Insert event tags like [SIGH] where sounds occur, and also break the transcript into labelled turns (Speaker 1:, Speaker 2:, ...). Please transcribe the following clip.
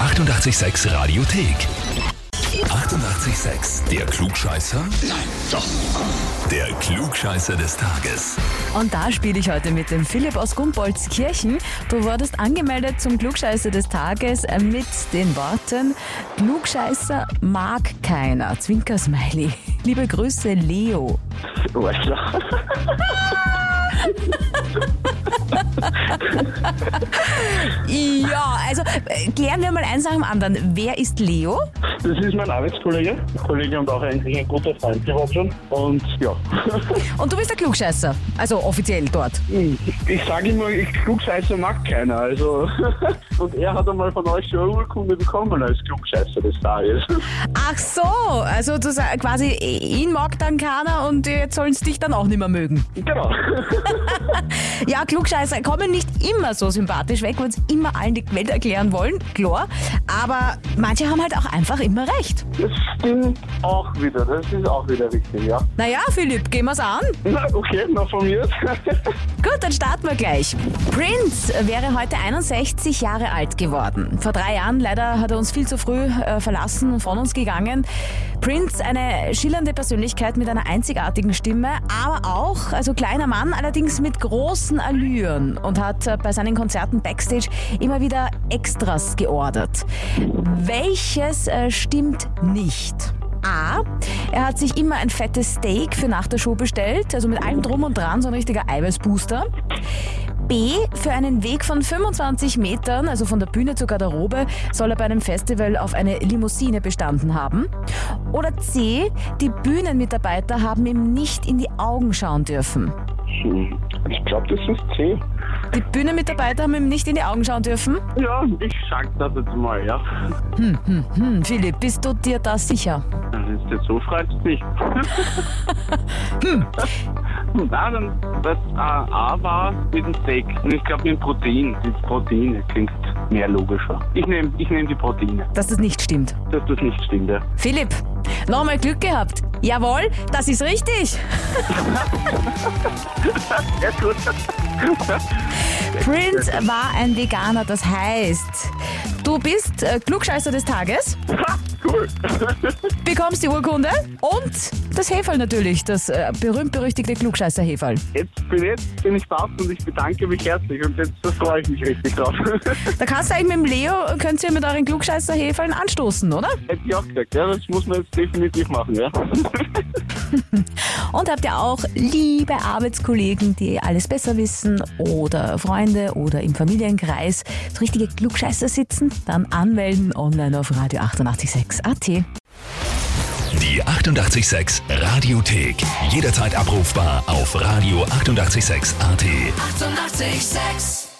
Speaker 1: 886 Radiothek. 88,6. Der Klugscheißer? Nein, doch. Der Klugscheißer des Tages.
Speaker 2: Und da spiele ich heute mit dem Philipp aus Gumbolzkirchen. Du wurdest angemeldet zum Klugscheißer des Tages äh, mit den Worten Klugscheißer mag keiner. Zwinker Smiley. [LAUGHS] Liebe Grüße, Leo.
Speaker 3: Arschloch.
Speaker 2: Ja, also äh, klären wir mal eins nach dem anderen. Wer ist Leo?
Speaker 3: [LAUGHS] Das ist mein Arbeitskollege, Kollege und auch eigentlich ein guter Freund geworden schon. Und ja, [LAUGHS]
Speaker 2: Und du bist der Klugscheißer. Also offiziell dort.
Speaker 3: ich sage immer, ich Klugscheißer mag keiner. Also [LAUGHS] und er hat einmal von euch schon eine Urkunde bekommen als Klugscheißer des Tages. [LAUGHS]
Speaker 2: Ach so, also du sagst quasi, ihn mag dann keiner und jetzt sollen es dich dann auch nicht mehr mögen.
Speaker 3: genau. [LAUGHS]
Speaker 2: Ja, Klugscheißer kommen nicht immer so sympathisch weg, wenn sie immer allen die Welt erklären wollen, klar. Aber manche haben halt auch einfach immer recht.
Speaker 3: Das stimmt auch wieder. Das ist auch wieder richtig, ja.
Speaker 2: Naja, Philipp, gehen wir's an.
Speaker 3: Na, okay, noch von mir. [LAUGHS]
Speaker 2: Gut, dann starten wir gleich. Prince wäre heute 61 Jahre alt geworden. Vor drei Jahren leider hat er uns viel zu früh äh, verlassen und von uns gegangen. Prince, eine schillernde Persönlichkeit mit einer einzigartigen Stimme, aber auch, also kleiner Mann, allerdings mit großen Allüren und hat äh, bei seinen Konzerten backstage immer wieder Extras geordert. Welches äh, stimmt nicht? A. Er hat sich immer ein fettes Steak für nach der Show bestellt, also mit allem Drum und Dran, so ein richtiger Eiweißbooster. B. Für einen Weg von 25 Metern, also von der Bühne zur Garderobe, soll er bei einem Festival auf eine Limousine bestanden haben. Oder C. Die Bühnenmitarbeiter haben ihm nicht in die Augen schauen dürfen.
Speaker 3: Hm, Ich glaube, das ist C.
Speaker 2: Die Bühnenmitarbeiter haben ihm nicht in die Augen schauen dürfen?
Speaker 3: Ja, ich sag das jetzt mal, ja.
Speaker 2: Hm, Philipp, bist du dir da sicher?
Speaker 3: Das ist jetzt so fragst nicht. Na, dann das äh, A war mit dem Steak. Und ich glaube mit dem Protein. Das Protein klingt mehr logischer. Ich nehme ich nehm die Proteine,
Speaker 2: Dass das nicht stimmt.
Speaker 3: dass das nicht stimmt. Ja.
Speaker 2: Philipp, nochmal Glück gehabt. Jawohl, das ist richtig.
Speaker 3: Sehr gut.
Speaker 2: Prince war ein Veganer, das heißt, du bist äh, Klugscheißer des Tages,
Speaker 3: Ha, cool.
Speaker 2: bekommst die Urkunde und das Heferl natürlich, das äh, berühmt-berüchtigte Klugscheißer-Heferl.
Speaker 3: Jetzt bin, jetzt bin ich baff und ich bedanke mich herzlich. Und jetzt da freue ich mich richtig drauf. [LAUGHS]
Speaker 2: Da kannst du eigentlich mit dem Leo, könnt ihr mit euren Klugscheißer-Heferln anstoßen, oder?
Speaker 3: Hätte ich auch gesagt. Ja, das muss man jetzt definitiv machen. Ja.
Speaker 2: Und habt ihr auch liebe Arbeitskollegen, die alles besser wissen oder Freunde oder im Familienkreis so richtige Klugscheißer sitzen? Dann anmelden online auf radio886.at.
Speaker 1: Die 88,6 Radiothek. Jederzeit abrufbar auf radio886.at. 88,6.
Speaker 4: Eighty-eight, sex.